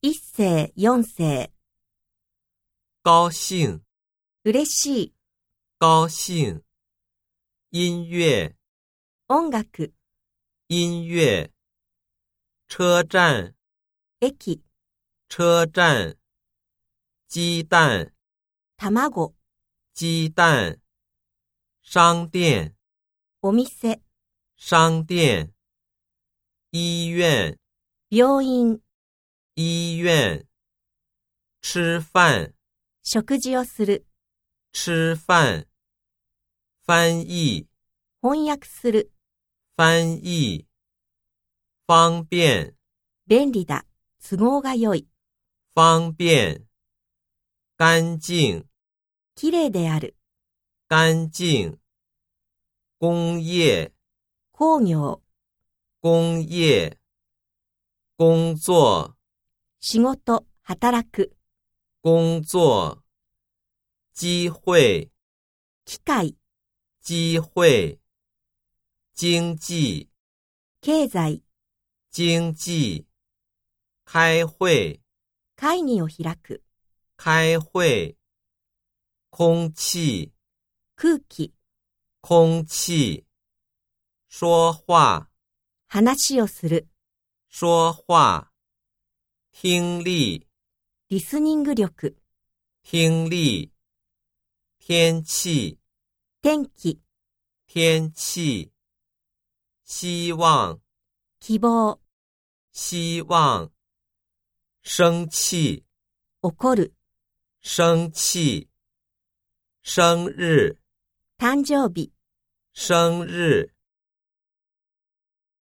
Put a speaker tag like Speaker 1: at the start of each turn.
Speaker 1: 一世四世、
Speaker 2: 高兴，
Speaker 1: 嬉しい、
Speaker 2: 高兴。音乐，
Speaker 1: 音楽、
Speaker 2: 音乐。车站，
Speaker 1: 駅、
Speaker 2: 车站。鸡蛋，
Speaker 1: 卵、
Speaker 2: 鸡蛋。商店，
Speaker 1: お店、
Speaker 2: 商店。医院，
Speaker 1: 病院、
Speaker 2: 医院。吃饭，
Speaker 1: 食事をする、
Speaker 2: 吃饭。翻译，
Speaker 1: 翻訳する、
Speaker 2: 翻译。方便，
Speaker 1: 便利だ、都合が良い、
Speaker 2: 方便。干净，
Speaker 1: 綺麗である、
Speaker 2: 干净。工业，
Speaker 1: 工業、
Speaker 2: 工业。工作。
Speaker 1: 仕事、働く、
Speaker 2: 工作，机会，
Speaker 1: 機械、
Speaker 2: 机会，经济，
Speaker 1: 経済、
Speaker 2: 经济，开会，
Speaker 1: 会議を開く、
Speaker 2: 开会，空气，
Speaker 1: 空気、
Speaker 2: 空气，说话，
Speaker 1: 話をする、
Speaker 2: 说话，听力，
Speaker 1: リスニング力、
Speaker 2: 听力，天气，
Speaker 1: 天気、
Speaker 2: 天气，希望，
Speaker 1: 希望、
Speaker 2: 希望，生气。
Speaker 1: 起こる、
Speaker 2: 生气，生日，
Speaker 1: 誕生日、
Speaker 2: 生日，